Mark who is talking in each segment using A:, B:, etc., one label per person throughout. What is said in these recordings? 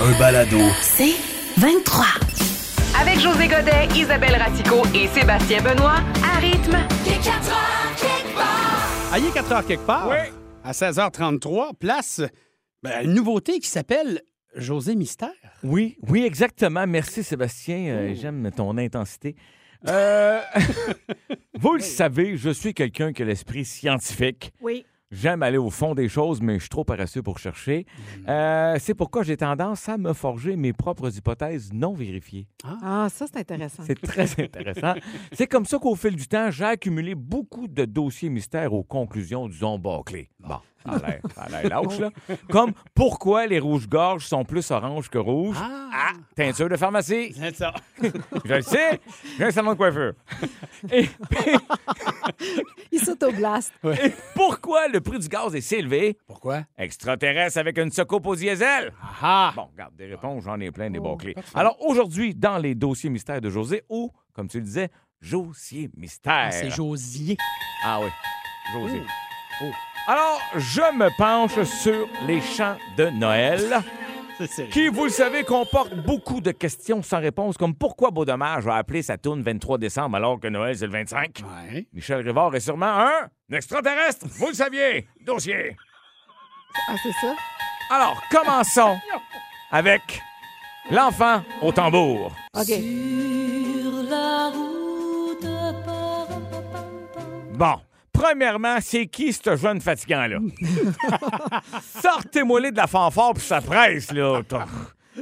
A: Un balado.
B: C'est 23.
C: Avec José Godet, Isabelle Ratico et Sébastien Benoît, à rythme.
D: Les 4 heures quelque part.
E: Aïe, 4 heures quelque part.
F: Oui.
E: À 16h33, place ben, une nouveauté qui s'appelle José Mystère.
F: Oui, oui, exactement. Merci, Sébastien. Euh, J'aime ton intensité. Euh, Vous le savez, je suis quelqu'un qui a l'esprit scientifique.
G: Oui.
F: J'aime aller au fond des choses, mais je suis trop paresseux pour chercher. Euh, c'est pourquoi j'ai tendance à me forger mes propres hypothèses non vérifiées.
G: Ah, ça, c'est intéressant.
F: C'est très intéressant. c'est comme ça qu'au fil du temps, j'ai accumulé beaucoup de dossiers mystères aux conclusions, disons, bâclées. Bon, à l'air, à l'air lâche, là. Comme pourquoi les rouges-gorges sont plus oranges que rouges.
E: Ah.
F: Ah, teinture de pharmacie.
E: C'est ça.
F: Je le sais, j'ai un salon de coiffeur. Et
G: Il s'autoblaste.
F: pourquoi le prix du gaz est si élevé?
E: Pourquoi?
F: Extraterrestre avec une secoupe au diesel.
E: Ah!
F: Bon, regarde, des réponses, j'en ai plein des bâclés. Alors aujourd'hui, dans les dossiers mystères de José, ou, comme tu le disais, Josier mystère.
E: C'est Josier.
F: Ah oui, José. Alors, je me penche sur les chants de Noël,
E: C'est sérieux.
F: qui, vous le savez, comportent beaucoup de questions sans réponse, comme pourquoi Beaudommage va appeler sa tourne 23 décembre alors que Noël, c'est le 25?
E: Ouais.
F: Michel Rivard est sûrement un extraterrestre, vous le saviez, dossier.
G: Ah, c'est ça?
F: Alors, commençons avec l'enfant au tambour.
G: OK.
D: Sur la route,
F: Bon. Premièrement, c'est qui ce jeune fatigant-là? Sortez-moi de la fanfare puis ça presse, là. T'as-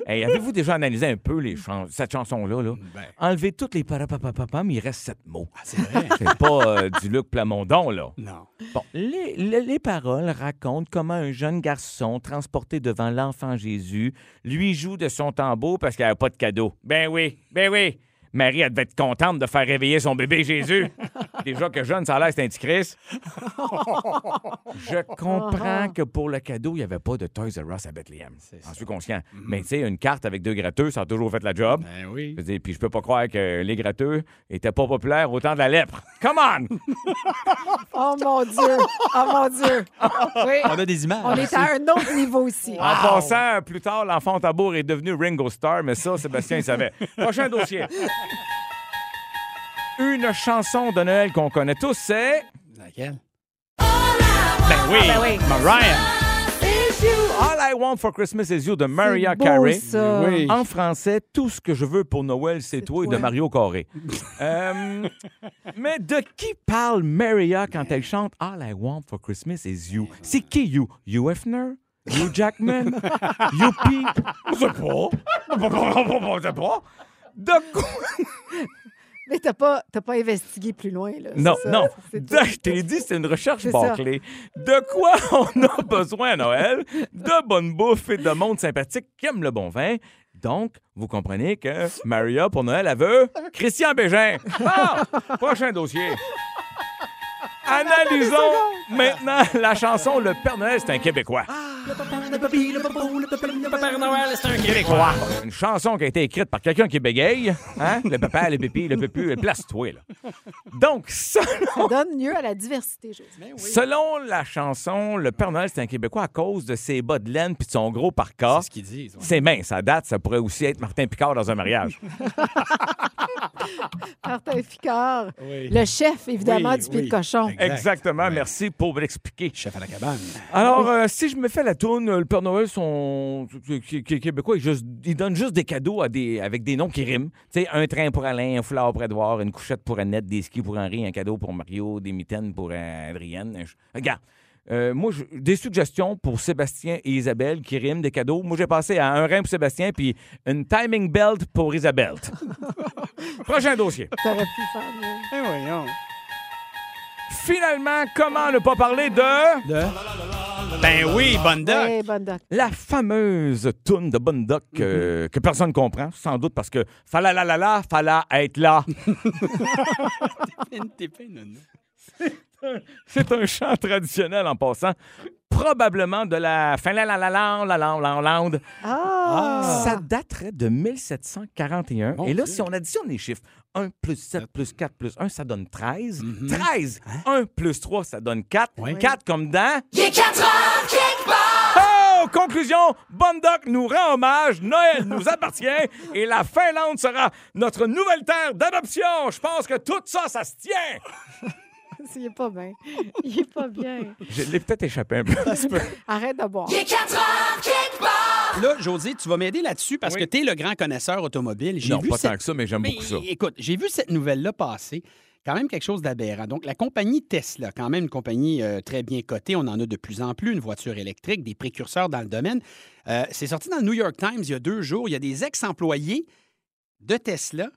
F: Hey, avez-vous déjà analysé un peu les chans- cette chanson-là? Là? Enlevez toutes les parapapapapam, il reste sept mots. Ben. Ah, c'est vrai. pas euh, du Luc Plamondon, là.
E: Non.
F: Bon, les, les- les paroles racontent comment un jeune garçon transporté devant l'enfant Jésus lui joue de son tambour parce qu'elle n'avait pas de cadeau. Ben oui, ben oui. Marie, elle devait être contente de faire réveiller son bébé Jésus. Déjà que jeune, ça a l'air, c'est un petit Christ. Je comprends que pour le cadeau, il n'y avait pas de Toys R Us à Bethléem. J'en suis conscient. Mais tu sais, une carte avec deux gratteux, ça a toujours fait la job.
E: Ben oui.
F: Je veux dire, puis je peux pas croire que les gratteux étaient pas populaires au temps de la lèpre. Come on!
G: Oh mon Dieu! Oh mon Dieu! Oui.
A: On a des images.
G: On est à un autre niveau ici.
F: En passant, plus tard, l'enfant tambour est devenu Ringo Starr, mais ça, Sébastien, il savait. Prochain dossier. Une chanson de Noël qu'on connaît tous, c'est...
E: Laquelle?
F: Ben oui,
G: Ah, ben oui.
F: Mariah. All I Want for Christmas is You de Mariah
G: C'est beau,
F: Carey.
G: ça.
E: Ben Oui.
F: En français, tout ce que je veux pour Noël, c'est toi, et de
G: toi.
F: Mario Carré. Euh, mais de qui parle Maria quand elle chante All I Want for Christmas is You? C'est qui You? You Hefner? You Jackman? you P? Je sais pas. Je sais pas. De quoi?
G: Mais t'as pas, t'as pas investigué plus loin, là.
F: Non,
G: C'est ça,
F: non.
G: c'est
F: De-
G: tout.
F: je t'ai dit, c'est une recherche
G: C'est ça.
F: bâclée. De quoi on a besoin à Noël? De bonne bouffe et de monde sympathique qui aime le bon vin. Donc, vous comprenez que Maria, pour Noël, elle veut Christian Bégin. Bon, prochain dossier.
G: Ah,
F: Analysons maintenant la chanson Le Père Noël, c'est un Québécois.
G: Ah.
F: Une chanson qui a été écrite par quelqu'un qui bégaye. Hein? Le papa, le pépi, le pépu, le place-toi. là. Donc, selon
G: Ça donne mieux à la diversité, José.
F: Selon la chanson, le Père Noël, c'est un Québécois à cause de ses bas de laine puis de son gros parka.
E: C'est ce qu'ils disent. ouais.
F: C'est mince, à date, ça pourrait aussi être Martin Picard dans un mariage.
G: Martin Ficard,
E: Oui.
G: le chef, évidemment,
E: Oui,
G: du pied
E: oui.
G: de cochon.
E: Exact.
F: Exactement, merci pour l'expliquer.
E: Chef à la cabane.
F: Alors, euh, si je me fais la tourne, le Père Noël, son... qui- qui est québécois, il, juste- il donne juste des cadeaux à des... avec des noms qui riment. Tu sais, un train pour Alain, un foulard pour Edouard, une couchette pour Annette, des skis pour Henri, un cadeau pour Mario, des mitaines pour euh, Adrienne. Un ch- Regarde, euh, moi, je- des suggestions pour Sébastien et Isabelle qui riment des cadeaux. Moi, j'ai passé à un rein pour Sébastien puis une timing belt pour Isabelle. Prochain dossier.
G: T'aurais pu faire mieux.
E: Eh voyons.
F: Finalement, comment ne pas parler de...
E: De... Ben oui, bonne doc.
G: Oui, Eh, bonne doc.
F: La fameuse toune de Bonne Doc euh, que personne ne comprend, sans doute parce que fallait la la la, fallait être là. C'est un chant traditionnel en passant, probablement de la Finlande.
G: Ah!
F: Ça daterait de 1741.
E: Mon
F: Et là,
E: Dieu.
F: si on additionne les chiffres, 1 plus 7 plus 4 plus 1, ça donne 13. 13! 1 plus 3, ça donne 4. 4 comme dans...
D: Il est 4 heures quelque part.
F: Oh! Conclusion, Bondoc nous rend hommage, Noël nous appartient et la Finlande sera notre nouvelle terre d'adoption. Je pense que tout ça, ça se tient. Ah.
G: Il est pas bien. Il est pas bien.
F: Je l'ai peut-être échappé un peu.
G: Arrête de boire.
D: Il est 4 heures quelque part.
E: Là, José, tu vas m'aider là-dessus parce
F: Oui.
E: que tu es le grand connaisseur automobile. J'ai
F: Non,
E: vu
F: pas
E: cette-
F: tant que ça, mais j'aime
E: Mais
F: beaucoup ça.
E: Écoute, j'ai vu cette nouvelle-là passer. Quand même quelque chose d'aberrant. Donc, la compagnie Tesla, quand même une compagnie euh, très bien cotée, on en a de plus en plus, une voiture électrique, des précurseurs dans le domaine. Euh, c'est sorti dans le New York Times il y a deux jours. Il y a des ex-employés de Tesla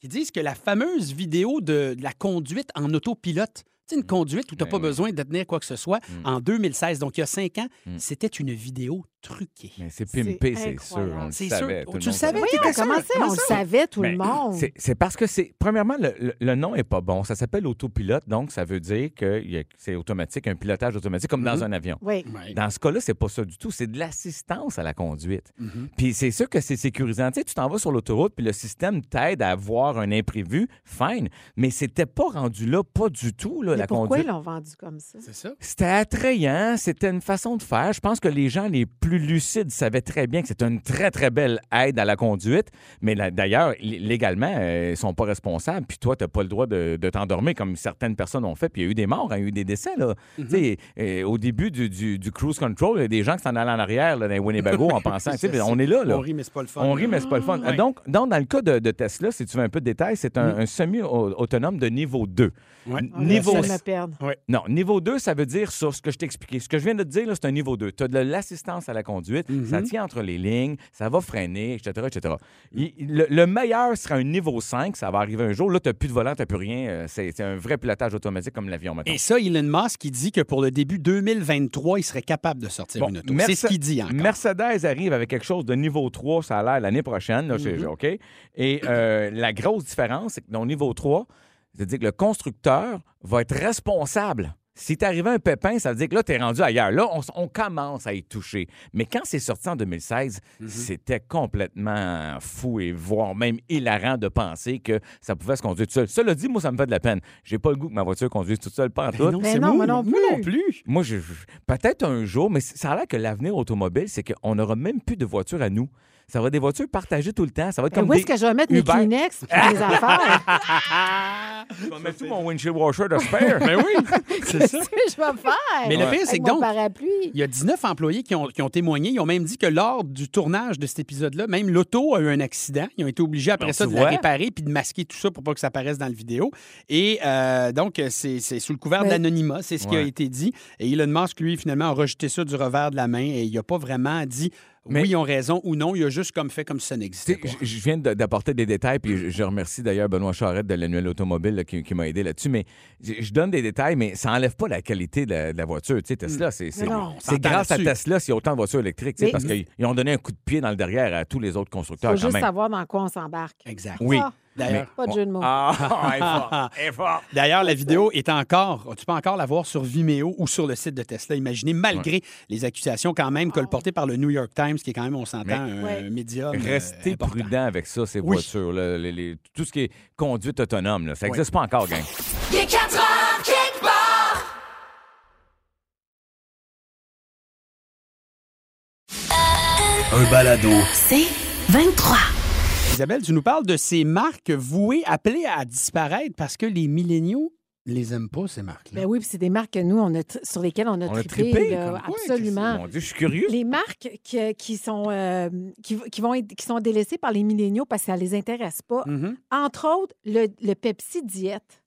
E: qui disent que la fameuse vidéo de, de la conduite en autopilote, c'est une conduite où tu n'as
F: Ben
E: pas
F: oui.
E: besoin de tenir quoi que ce soit,
F: Mm.
E: en 2016, donc il y a cinq ans,
F: Mm.
E: c'était une vidéo truquée.
F: Mais c'est
G: C'est
F: pimpé, c'est sûr.
G: incroyable.
F: On le
E: C'est
F: savait.
E: sûr.
F: tout le
E: Tu le
F: monde
E: savais?
G: Voyons,
E: t'étais
G: comment
E: sûr?
G: ça?
E: Comment
G: On le
E: ça?
G: savait, tout le
F: Mais
G: monde.
F: Ben, C'est, c'est parce que c'est. Premièrement, le, le- le nom est pas bon. Ça s'appelle autopilote, donc ça veut dire que il y a- c'est automatique, un pilotage automatique, comme dans
G: Mm-hmm.
E: Mhm.
F: un avion.
G: Oui.
E: Ouais.
F: Dans ce cas-là, c'est pas ça du tout. C'est de l'assistance à la conduite.
G: Mm-hmm.
E: Mhm.
F: Puis c'est sûr que c'est sécurisant. Tu sais, tu t'en vas sur l'autoroute, puis le système t'aide à voir un imprévu, fine. Mais c'était pas rendu là, pas du tout, là,
G: Mais
F: la
G: pourquoi ils
F: conduite.
G: l'ont vendu comme ça?
E: C'est ça?
F: C'était attrayant, c'était une façon de faire. Je pense que les gens les plus lucides savaient très bien que c'était une très, très belle aide à la conduite. Mais là, d'ailleurs, l- légalement, euh, ils sont pas responsables. Puis toi, tu pas le droit de, de t'endormir comme certaines personnes ont fait. Puis il y a eu des morts, hein, il y a eu des décès. Là.
E: Mm-hmm.
F: Tu sais, euh, au début du, du- du cruise control, il y a des gens qui s'en allaient en arrière là, dans les Winnebago en pensant. tu sais,
E: Je sais.
F: on est là. là.
E: On rit, mais c'est pas le fun.
F: On rit, mais c'est pas le fun.
E: Ouais. Mm-hmm.
F: Donc, donc, dans le cas de, de Tesla, si tu veux un peu de détails, c'est un, un semi-autonome de niveau 2.
E: Ouais.
F: N-
G: Ah,
F: Niveau...
G: Je vais me perdre.
F: Non, niveau 2, ça veut dire ça, ce que je t'ai expliqué. Ce que je viens de te dire, là, c'est un niveau 2. Tu as de l'assistance à la conduite, ça tient entre les lignes, ça va freiner, etc. etc. Il- le, le meilleur sera un niveau 5, ça va arriver un jour. Là, tu n'as plus de volant, tu n'as plus rien. Euh, C'est c'est un vrai pilotage automatique comme l'avion maintenant.
E: Et ça, Elon Musk, qui dit que pour le début 2023, il serait capable de sortir
F: Bon,
E: une auto.
F: Merce-
E: C'est ce qu'il dit encore.
F: Mercedes arrive avec quelque chose de niveau 3, ça a l'air l'année prochaine, là, c'est- OK? Et euh, la grosse différence, c'est que dans le niveau 3, c'est-à-dire que le constructeur va être responsable. Si t'es arrivé un pépin, ça veut dire que là, t'es rendu ailleurs. Là, on, s- on commence à y toucher. Mais quand c'est sorti en 2016, c'était complètement fou et voire même hilarant de penser que ça pouvait se conduire tout seul. Cela dit, moi, ça me fait de la peine. J'ai pas le goût que ma voiture conduise toute seule,
E: Ben
F: pas en tout.
G: Mais non, moi non plus.
F: Moi, je, je- peut-être un jour, mais c- ça a l'air que l'avenir automobile, c'est qu'on n'aura même plus de voitures à nous. Ça va être des voitures partagées tout le temps. Ça va être
G: Ben,
F: Eh, comme
G: où est-ce
F: des...
G: que je vais mettre mes
F: Uber.
G: Kleenex et mes affaires?
F: Je vais mettre tout mon windshield washer de spare. mais oui!
E: C'est ça.
G: Qu'est-ce que je vais faire?
E: Mais le pire,
G: Avec
E: c'est que
G: mon
E: donc-
G: parapluie.
E: Il y a 19 employés qui ont, qui ont témoigné. Ils ont même dit que lors du tournage de cet épisode-là, même l'auto a eu un accident. Ils ont été obligés après
F: Ben,
E: ça
F: tu
E: de
F: vois.
E: la réparer puis de masquer tout ça pour pas que ça apparaisse dans le vidéo. Et euh, donc, c'est c'est sous le couvert
G: Mais-
E: d'anonymat, c'est ce qui a
F: Ouais.
E: été dit. Et Elon Musk, lui, finalement, a rejeté ça du revers de la main et il n'a pas vraiment dit
F: Mais-
E: oui, ils ont raison ou non. Il a juste comme fait comme si ça
F: Tu
E: n'existait
F: sais,
E: pas.
F: je je viens de- d'apporter des détails, puis je- je remercie d'ailleurs Benoît Charette de l'annuel automobile là, qui, qui m'a aidé là-dessus, mais je je donne des détails, mais ça n'enlève pas la qualité de la, de la voiture. Tu sais, Tesla, c'est c'est-
G: Mm. non, on
F: c'est
E: s'entend
F: grâce à
E: là-dessus.
F: Tesla s'il y a autant de voitures électriques, tu sais,
G: Mais-
F: parce qu'ils ont donné un coup de pied dans le derrière à tous les autres
G: Il
F: constructeurs
G: faut
F: Ah, quand
G: juste
F: même. Eh,
G: savoir dans quoi on s'embarque.
E: Exact.
F: Oui.
G: Ah,
E: D'ailleurs.
G: Pas de jeu de mots.
F: Ah, effort, effort.
E: D'ailleurs, la vidéo est encore, tu peux encore la voir sur Vimeo ou sur le site de Tesla. Imaginez, malgré les accusations quand même colportées par le New York Times, qui est quand même, on s'entend, un
G: Ouais.
E: média. euh,
F: Restez
E: important.
F: prudent avec ça, ces
E: Oui.
F: voitures. là, les- les- tout ce qui est conduite autonome, là, ça n'existe pas encore, gang.
D: Il est 4 heures quelque part.
A: Un balado.
B: C'est 23.
E: Isabelle, tu nous parles de ces marques vouées, appelées à disparaître parce que les milléniaux les aiment pas, ces marques-là.
G: Ben oui, puis c'est des marques que nous, on a tr- sur lesquelles on a
F: On a
G: trippé.
F: trippé,
G: là,
F: comme quoi,
G: absolument.
F: Mon Dieu, je suis curieux.
G: Les marques que- qui, sont, euh, qui, qui vont être- qui sont délaissées par les milléniaux parce que ça ne les intéresse pas.
E: Mhm.
F: Mm.
G: Entre autres, le, le Pepsi Diète.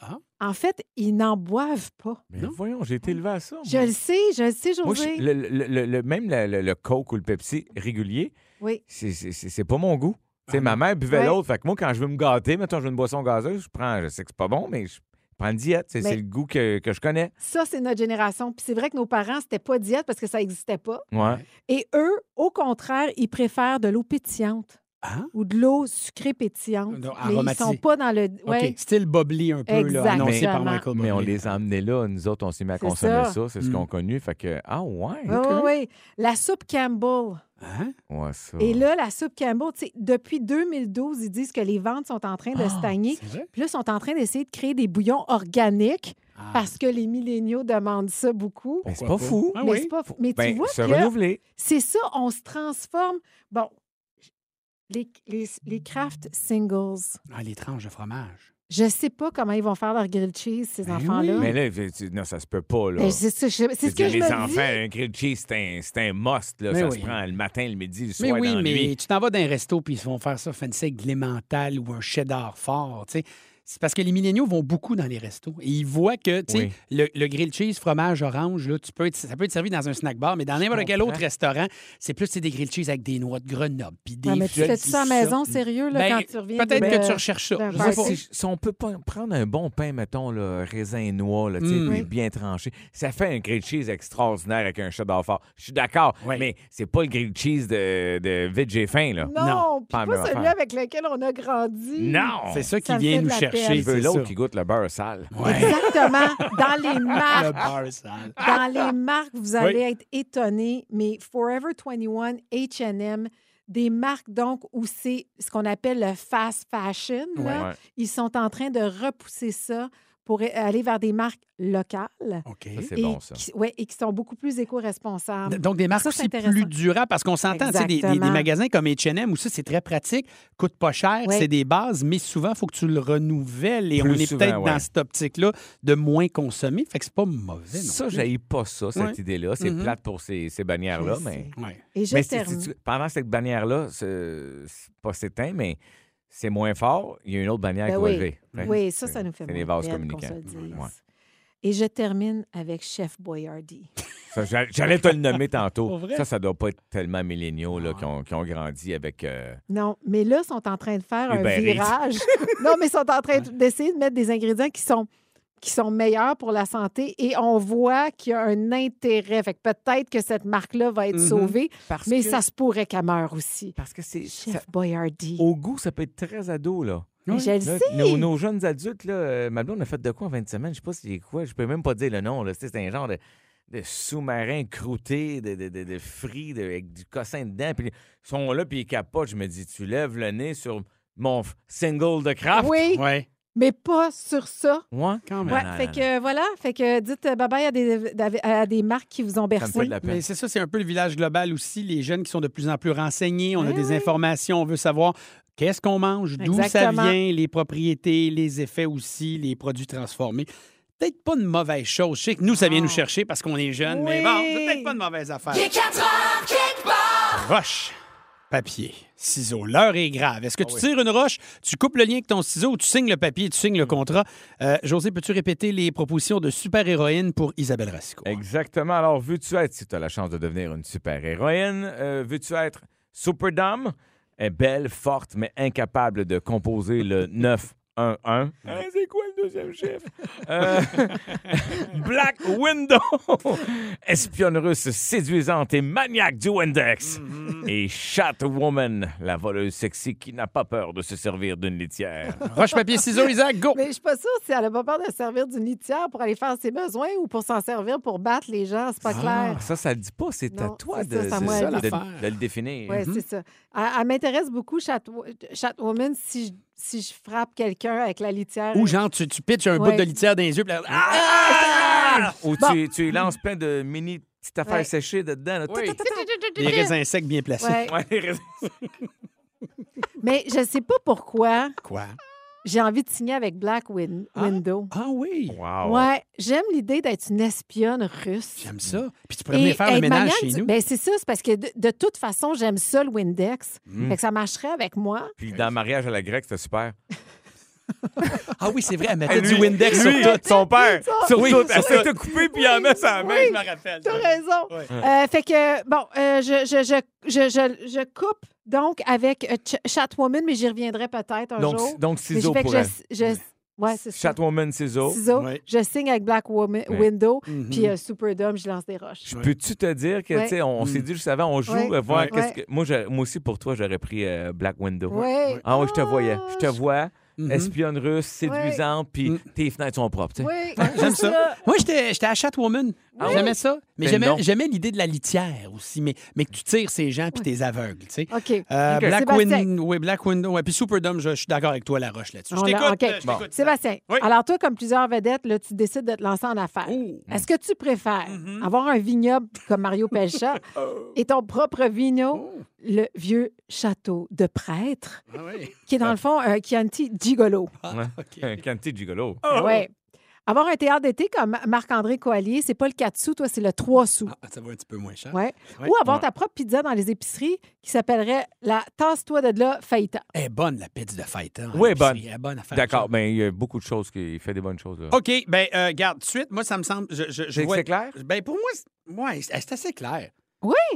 E: Ah.
G: En fait, ils n'en boivent pas.
F: Mais voyons, j'ai été élevé à ça.
G: Je
F: moi.
G: le sais, je le sais,
F: Oh Moi, je-
G: José.
F: le, le- le- le- même le, le- le Coke ou le Pepsi régulier,
G: Oui.
F: c'est- c'est c'est- c'est pas mon goût. Tu sais, ma mère buvait
G: Ouais.
F: l'autre. Fait que moi, quand je veux me gâter, mettons, je veux une boisson gazeuse, je prends, je sais que c'est pas bon, mais je- Prends une diète, c'est
G: Mais-
F: c'est le goût que, que je connais.
G: Ça, c'est notre génération. Puis c'est vrai que nos parents, c'était pas diète parce que ça n'existait pas.
F: Ouais.
G: Et eux, au contraire, ils préfèrent de l'eau pétillante
E: Ah.
G: ou de l'eau sucrée pétillante.
E: Non,
G: mais ils
E: aromatisée.
G: sont pas dans le. Ouais.
E: OK, style Bobley un peu, là, annoncé
G: Exactement.
E: par Michael Bublé.
F: Mais on les a emmenés là, nous autres, on s'est mis à
G: C'est
F: consommer ça,
G: ça.
F: c'est ce
E: Mm.
F: qu'on a connu. Fait que, ah ouais,
G: Oui, oui, oui. La soupe Campbell.
E: Hein?
F: ouais, ça.
G: Et là, la soupe Campbell, tu sais, depuis 2012, ils disent que les ventes sont en train de
E: Ah!
G: stagner.
E: C'est vrai?
G: Puis là, ils sont en train d'essayer de créer des bouillons organiques
E: Ah.
G: parce que les milléniaux demandent ça beaucoup.
F: Ben, c'est pas
E: Pourquoi pas?
F: fou.
E: Ah
G: mais
E: oui.
G: c'est pas fou. Mais
F: Ben,
G: tu vois
F: se
G: que
F: renouveler.
G: c'est ça, on se transforme. Bon, les, les, les craft singles,
E: Ah, les tranches de fromage.
G: je sais pas comment ils vont faire leur grilled cheese, ces
E: Ben
G: enfants-là.
E: oui.
F: Mais là, tu- tu- non, ça se peut pas, là.
G: Ben, C'est ce que je, c'est ce que
F: dire,
G: je
F: les
G: me
F: enfants,
G: dis.
F: un grilled cheese, c'est un, c'est un must. Là.
E: Mais
F: Ça
E: oui.
F: se prend le matin, le midi, le
E: Mais
F: soir,
E: oui,
F: dans la
E: mais
F: nuit.
E: tu t'en vas dans un resto puis ils se vont faire ça fancy avec de l'emmental ou un cheddar fort, tu sais. C'est parce que les milléniaux vont beaucoup dans les restos et ils voient que, tu sais,
F: Oui.
E: le, le grilled cheese, fromage orange, là, tu peux être- ça peut être servi dans un snack bar, mais dans n'importe quel
F: comprends.
E: autre restaurant, c'est plus tu sais, des grilled cheese avec des noix de Grenoble puis des
G: Ouais, Ah, mais tu
E: feuilles,
G: fais tout ça à
E: puis
G: maison, sérieux, là,
E: Ben,
G: quand tu reviens.
E: Peut-être
G: de-
E: que tu recherches ça.
G: d'un
E: Je
F: Je sais
E: sais
F: pas,
E: pas.
F: si, si on peut pas prendre un bon pain, mettons, là, raisin noir, là, tu sais,
E: Mm.
F: puis
G: Oui.
F: bien tranché, ça fait un grilled cheese extraordinaire avec un cheddar fort. Je suis d'accord,
E: Oui.
F: mais c'est pas le grilled cheese de, de vite j'ai faim, là.
G: Non, puis
F: pas la
G: pas,
F: même
G: celui
F: affaire.
G: avec lequel on a grandi.
F: Non!
E: C'est ça qui
G: Ça me
E: vient
G: fait de
E: nous
G: la
E: chercher.
G: peine.
F: Je veux
E: c'est
F: l'autre
E: ça.
F: qui goûte le beurre sale.
E: Ouais.
G: Exactement. Dans les
E: Le
G: marques.
E: bar sale.
G: Dans les marques, vous allez être étonnés, mais Forever 21, H&M, des marques donc où c'est ce qu'on appelle le fast fashion, là,
F: Ouais.
G: ils sont en train de repousser ça pour a- aller vers des marques locales.
E: OK.
F: Ça, c'est
G: et
F: bon, ça. Ben,
G: Qui, ouais, et qui sont beaucoup plus éco-responsables.
E: Donc, des marques
G: Ça, c'est
E: aussi
G: intéressant.
E: plus durables, parce qu'on s'entend, tu sais, des, des- des
G: Exactement.
E: magasins comme H&M, où ça, c'est très pratique, coûte pas cher,
G: Oui.
E: c'est des bases, mais souvent, il faut que tu le renouvelles, et
F: Plus
E: on est
F: souvent,
E: peut-être
F: ouais.
E: dans cette optique-là de moins consommer, fait que c'est pas mauvais, non?
F: Ça,
E: plus.
F: j'haïs pas ça, cette
E: Ouais.
F: idée-là. C'est
E: Mhm.
F: plate pour ces, ces bannières-là,
G: Mm-hmm. Je
F: ben mais...
G: sais.
E: Ouais.
G: Et je
F: Mais c'est-
G: termine.
F: c'est- pendant cette bannière-là, c'est c'est pas s'éteint, mais c'est moins fort. Il y a une autre bannière
G: Ben
F: qui
G: oui.
F: va lever. Fait que
G: Oui, ça, ça nous fait
F: C'est les
G: moins de
F: vases
G: peine qu'on se
F: communicants.
G: le dise.
F: Ouais.
G: Et je termine avec Chef Boyardee.
F: Ça, j'allais- J'allais te le nommer tantôt.
E: Pour vrai?
F: Ça, ça doit pas être tellement milléniaux là,
E: Ah.
F: qui, ont, qui ont grandi avec. euh,
G: Non, mais là, ils sont en train de faire un
F: Uber Eats.
G: virage. non, mais ils sont en train de- d'essayer de mettre des ingrédients qui sont qui sont meilleurs pour la santé et on voit qu'il y a un intérêt. Fait que peut-être que cette marque-là va être
E: Mhm.
G: sauvée,
F: Mm-hmm. parce
G: mais
F: que,
G: ça se pourrait qu'elle meure aussi.
F: Parce que c'est.
G: Chef
F: ça-
G: Boyardee.
F: Au goût, ça peut être très ado, là.
G: Mais
E: Oui.
G: je le
F: Là,
G: sais.
F: nos, nos jeunes adultes, là, euh, ma blonde a fait de quoi en 20 semaines? Je sais pas c'est quoi. Je peux même pas dire le nom. là. C'est c'est un genre de, de sous-marin croûté, de, de, de, de frit, de- avec du cossin dedans. Puis ils sont là, puis ils capotent. Je me dis, tu lèves le nez sur mon f- single de craft.
G: Oui,
E: Ouais,
G: mais pas sur ça.
F: Ouais.
E: quand
G: Ouais,
E: même.
F: non,
G: fait
F: non,
G: que euh, voilà, fait que dites euh, bye-bye à des, d'av- à des marques qui vous ont
F: Ça me fait
G: bercé.
F: de la peine.
E: Mais c'est ça, c'est un peu le village global aussi, les jeunes qui sont de plus en plus renseignés, on a
D: Eh
G: Oui,
E: des
G: oui.
E: informations, on veut savoir qu'est-ce qu'on mange, d'où ça
G: Exactement.
E: vient, les propriétés, les effets aussi, les produits transformés. Peut-être pas une mauvaise chose. Je sais que nous, ça vient nous chercher parce qu'on est jeunes, mais
G: Oui.
E: bon, c'est peut-être pas une mauvaise affaire.
D: Ah. Il est 4 heures, kick bar.
E: Roche, papier, ciseaux. L'heure est grave.
D: Ah
E: Est-ce que tu tires une roche, tu coupes le lien avec ton ciseau, tu signes le papier, tu signes
D: Mm.
E: le contrat? Euh, José, peux-tu répéter les propositions de super-héroïne pour Isabelle Racicot?
D: Eh.
F: Exactement. Alors, veux-tu être, si tu as la chance de devenir une super-héroïne, euh, veux-tu être Superdame? Est belle, forte, mais incapable de composer le 911. Hein, c'est quoi le deuxième chiffre? Euh, Black Window! Espionne russe séduisante et maniaque du Windex. Et Shatwoman, la voleuse sexy qui n'a pas peur de se servir d'une litière.
E: Roche, papier, ciseaux, Isaac, go!
G: Mais je suis pas sûre si elle a pas peur de servir d'une litière pour aller faire ses besoins ou pour s'en servir pour battre les gens. C'est pas
F: Ah,
G: clair.
F: Ça, ça le dit pas. C'est à
G: Non,
F: toi
G: c'est
F: de,
G: ça, c'est à
F: c'est
G: moi
F: ça,
G: à
F: de-
E: l'affaire.
F: de le définir.
G: Oui, c'est ça. Elle, elle m'intéresse beaucoup, Chatwo- Chatwoman, si je, si je frappe quelqu'un avec la litière.
E: Ou genre, tu, tu pitches un
G: Ouais. Ah!
E: bout de litière dans les yeux, puis là, Ah!
F: Ou
G: Bon.
F: tu, tu y lances plein de mini petites affaires
G: Ouais.
F: séchées dedans. là. Ta, ta, ta, ta.
E: les raisins secs bien placés.
G: Ouais.
F: Ouais, les raisins.
G: Mais je sais pas pourquoi
E: Quoi?
G: j'ai envie de signer avec Black Win-
E: Ah.
G: Window.
E: Ah oui!
F: Wow.
G: Ouais, j'aime l'idée d'être une espionne russe.
E: J'aime ça. Puis tu pourrais venir faire le
G: être
E: ménage
G: maniaque
E: chez
G: du-
E: nous.
G: Ben, c'est ça, c'est parce que de, de toute façon, j'aime ça le Windex.
F: Mm.
G: Fait que ça marcherait avec moi.
F: Puis dans mariage à la grecque, c'était super.
E: Ah oui, c'est vrai, elle
F: Et
E: mettait
F: lui-
E: du Windex
F: lui,
E: sur tout.
F: Son père.
G: Ça.
F: Sur
E: Oui,
F: tout.
E: sur
F: Elle s'est tout coupée, puis il en met sa main.
G: Oui.
E: Je me rappelle.
G: T'as raison.
E: Ouais.
G: Euh, fait que, bon, euh, je, je, je, je, je, je coupe donc avec euh, Ch- Chatwoman, mais j'y reviendrai peut-être un
F: Donc,
G: jour.
F: donc
G: Mais je-
F: ciseaux
G: fait que
F: pour
G: je-
F: elle.
G: je- Ouais, c'est ça.
F: Chatwoman Ciseaux.
G: Ciseaux.
E: Oui.
G: Je signe avec Black Woman-
F: Oui.
G: Window,
E: Mhm.
G: puis euh, Superdome, je lance des roches.
F: Mm. Je peux-tu te dire que,
G: Ouais.
F: tu
G: Mm.
F: sais, on, on s'est dit juste avant, on joue,
G: Ouais.
F: euh, voir
E: Ouais.
F: qu'est-ce que. Moi, j'a- moi aussi, pour toi, j'aurais pris euh, Black Window.
G: Ouais.
F: Ah oui, je te voyais. Je te vois,
E: Mhm.
F: espionne russe,
G: Ouais.
F: séduisante, puis
E: Mm.
F: tes fenêtres sont propres, tu sais.
G: Oui,
E: J'aime ça. Moi, j'étais j'étais à Chatwoman.
F: Ah
E: j'aimais ça. Mais
F: Ben
E: j'aimais-
F: non.
E: j'aimais l'idée de la litière aussi, mais, mais que tu tires ces gens puis t'es aveugle, tu sais.
G: OK.
E: Euh,
F: Ok.
E: Black,
G: Sébastien.
E: Win- oui, Black Window. Ouais, puis Superdome, je, je suis d'accord avec toi, La Roche, là-dessus. Je
G: On l'a-
E: t'écoute.
G: OK.
E: euh, je t'écoute.
G: Sébastien,
E: Oui.
G: alors toi, comme plusieurs vedettes, là, tu décides de te lancer en affaires.
E: Oh.
G: Est-ce que tu préfères
E: Mm-hmm.
G: avoir un vignoble comme Mario Pelcha
E: Oh.
G: et ton propre vigno, le vieux château de prêtre,
E: Ah oui.
G: qui est dans le fond un Chianti gigolo? Ben
F: Ouais.
E: Ah, OK.
F: Un quantité de gigolo.
E: Oh.
G: Ouais. Avoir un théâtre d'été comme Marc-André Coallier, c'est pas le 4 sous, toi, c'est le 3 sous.
E: Ah, ça va un petit peu moins cher.
G: Ouais.
E: Ouais.
G: Ou avoir
F: Ouais.
G: ta propre pizza dans les épiceries qui s'appellerait la Tasse-toi de là, faillita.
E: Elle est bonne, la pizza de fête. Hein, Elle
F: Oui,
E: est
F: bonne.
E: Elle est bonne à faire.
F: D'accord, mais il y a beaucoup de choses qui il fait des bonnes choses. là.
E: OK, bien, garde, tout de suite, moi, ça me semble. Je, je, je
F: C'est
E: vois...
F: c'est clair?
E: Ben, pour moi, c'est- ouais, c'est c'est assez clair.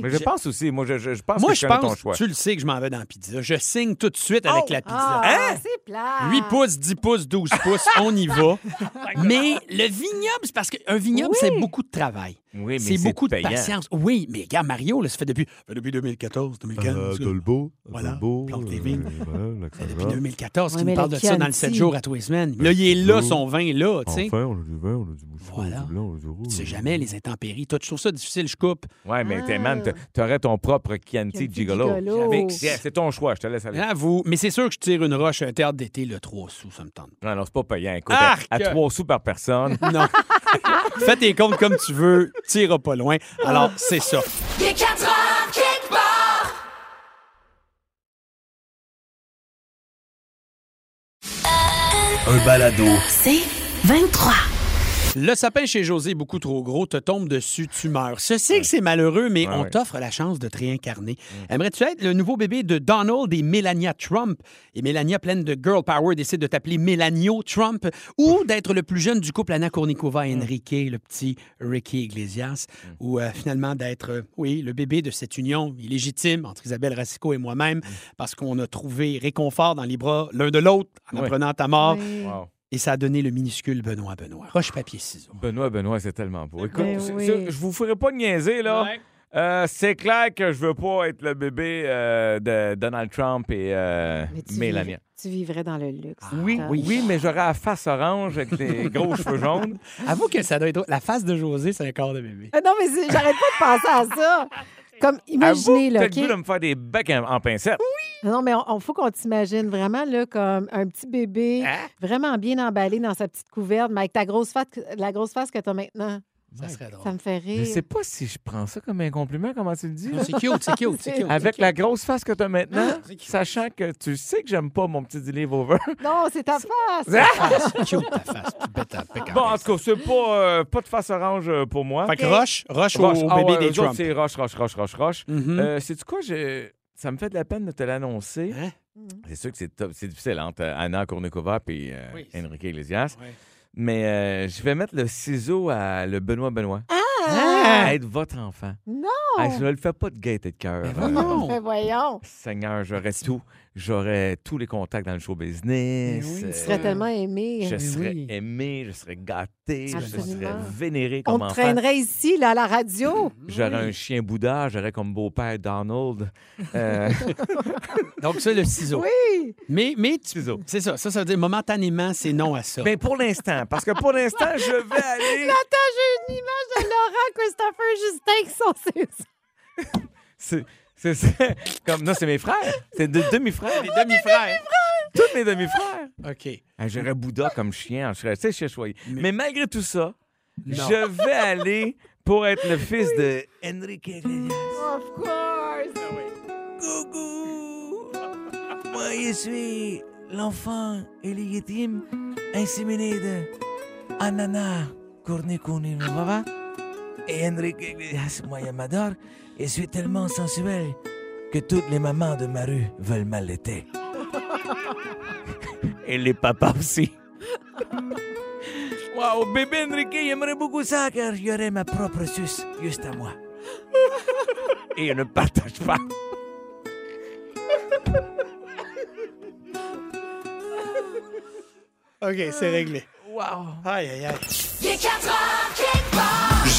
F: Mais je
E: Je-
F: pense aussi, moi, je, je- je pense
E: moi,
F: que
E: je
F: connais ton
E: pense,
F: choix.
E: tu le sais que je m'en vais dans la pizza. Je signe tout de suite avec la pizza.
G: Ah, c'est plat.
E: 8 pouces, 10 pouces, 12 pouces, on y va. Mais le vignoble, c'est parce qu'un vignoble,
G: Oui.
E: c'est beaucoup de travail.
F: Oui, mais
E: C'est beaucoup de
F: payant.
E: patience. Oui, mais regarde, Mario, là, ça fait depuis, ça fait depuis 2014, 2015.
F: Euh,
E: en tout cas. Voilà, plante tes vignes. euh, Ça fait Depuis
H: Ah.
E: 2014,
G: Ouais,
E: qui
G: mais
E: me parle
G: le
E: de ça dans le
G: Chianti.
E: 7 jours à tous les semaines. Là, il est là,
H: Chianti.
E: son vin, là, tu sais.
H: Ben, Enfin, on a du vin, on a du mouchoir,
E: Voilà.
H: on a du blanc, on a du rouge.
E: Tu sais jamais les intempéries. Toi, tu trouves ça difficile, je coupe.
F: Ouais, mais t'es
G: Ah.
F: man, t'a- t'aurais ton propre Chianti
G: Chianti
F: Gigolo.
G: Gigolo.
F: Mais C'est c'est ton choix, je te laisse aller.
E: J'avoue. Hein, Mais c'est sûr que je tire une roche à un théâtre d'été, le 3 sous, ça me tente.
F: Non, non, c'est pas payant. Écoute, à-
E: Arc!
F: à trois sous par personne.
E: Non. Fais tes comptes comme tu veux, tire pas loin. Alors, c'est ça.
D: Il est 4 heures, kick bar.
A: Un balado.
B: C'est 23.
E: Le sapin chez José est beaucoup trop gros, te tombe dessus, tu meurs. Je sais que c'est malheureux, mais
F: Ouais,
E: on
F: ouais. Mm.
E: t'offre la chance de te réincarner. Aimerais-tu être le nouveau bébé de Donald et Melania Trump? Et Melania, pleine de girl power, décide de t'appeler Melanio Trump
F: Mm.
E: ou d'être le plus jeune du couple Anna Kournikova et Enrique, le petit Ricky Iglesias,
F: Mm.
E: ou euh, finalement d'être, euh, oui, le bébé de cette union illégitime entre Isabelle Racicot et moi-même
F: Mm.
E: parce qu'on a trouvé réconfort dans les bras l'un de l'autre en
F: Ouais.
E: apprenant ta mort.
G: Oui.
F: Wow.
E: Et ça a donné le minuscule Benoît Benoît. Roche, papier, ciseaux.
F: Benoît, Benoît, c'est tellement beau. Écoute,
G: Ben
F: c'est-
G: oui.
F: c'est- je vous ferai pas de niaiser, là. Euh, c'est clair que je veux pas être le bébé euh, de Donald Trump et euh,
G: Mais tu, Ah.
F: Mélania.
G: vivrais, tu vivrais dans le luxe.
F: Ah, Oui,
G: Tom.
F: oui, mais j'aurais la face orange avec les gros cheveux jaunes.
E: Avoue que ça doit être. La face de José, c'est un corps de bébé.
G: Ah Non, mais c'est- j'arrête pas de penser à ça. Comme, imaginez,
F: Avoue,
G: là,
F: peut-être
G: OK?
F: voulu me faire des becs en, en pincette.
G: Non, mais on, on- faut qu'on t'imagine vraiment, là, comme un petit bébé,
F: Hein?
G: vraiment bien emballé dans sa petite couverte, mais avec ta grosse face, la grosse face que t'as maintenant.
E: Ça serait drôle.
G: Ça me fait rire.
F: Je sais pas si je prends ça comme un compliment, comment tu le dis. là.
E: C'est cute, c'est cute, c'est cute.
F: Avec la grosse face que tu as maintenant,
E: C'est cute.
F: sachant que tu sais que j'aime pas mon petit delive over.
G: Non, c'est ta face.
F: Hein?
E: Ta face, c'est cute ta face. Tu bêtes ta pique en
F: Bon, en
E: reste.
F: tout cas, c'est pas, euh, pas de face orange euh, pour moi.
E: Fait que Roche, Roche au,
F: Roche.
E: au
F: Ah
E: bébé
F: ouais,
E: des
F: eux autres,
E: Trump.
F: C'est Roche, Roche, Roche, Roche, Roche.
E: Mhm.
F: Euh, Sais-tu quoi? Je... Ça me fait de la peine de te l'annoncer.
E: Hein?
F: C'est sûr que c'est top- c'est difficile entre euh, Anna Kournikova et euh,
E: Oui, c'est-
F: Enrique Iglesias.
E: Ouais.
F: Mais euh, je vais mettre le ciseau à le Benoît Benoît.
G: Ah!
F: À être votre enfant.
G: Non!
F: Ah, je ne le fais pas de gaieté de cœur.
E: Mais
F: Euh,
E: voyons.
G: Mais voyons.
F: Seigneur, j'aurais tout. J'aurais tous les contacts dans le show business.
E: Mais oui,
F: Euh,
G: Tu serais tellement aimé.
F: je
E: Mais
F: serais
E: oui.
F: aimé, je serais gâté, je serais
G: Absolument.
F: vénéré
G: On
F: comme
G: te
F: enfant.
G: traînerait ici, là, à la radio.
F: J'aurais un chien Bouddha, j'aurais comme beau-père Donald. Euh,
E: Donc, ça, le ciseau.
G: Oui.
E: Mais, mais tu-
F: Ciseau.
E: C'est ça. Ça, ça veut dire momentanément, c'est non à ça.
F: ben pour l'instant, parce que pour l'instant, je vais aller.
G: Attends, j'ai une image de Laurent Christopher Justin qui sont ses-
F: C'est- C'est c'est- comme non, c'est mes frères, c'est de demi-frères,
E: Les demi-frères.
F: tous mes demi-frères.
E: OK.
F: Ah, J'aurais Bouddha comme chien, je serais, tu sais, je serais choyé. Mais, malgré tout ça,
E: Non.
F: je vais aller pour être le fils de Enrique Iglesias.
G: Of course.
F: Coucou! Moi, je suis l'enfant illégitime inséminé de Anana Kournikouninova et Enrique Iglesias. Moi, je m'adore. Je suis tellement sensuel que toutes les mamans de ma rue veulent m'allaiter. et les papas aussi. Waouh, bébé Enrique, j'aimerais beaucoup ça car j'aurais ma propre suce juste à moi. Et je ne partage pas.
E: OK, c'est réglé.
I: Wow.
E: Aïe, aïe, aïe.
J: Il est 4 heures, kickbox!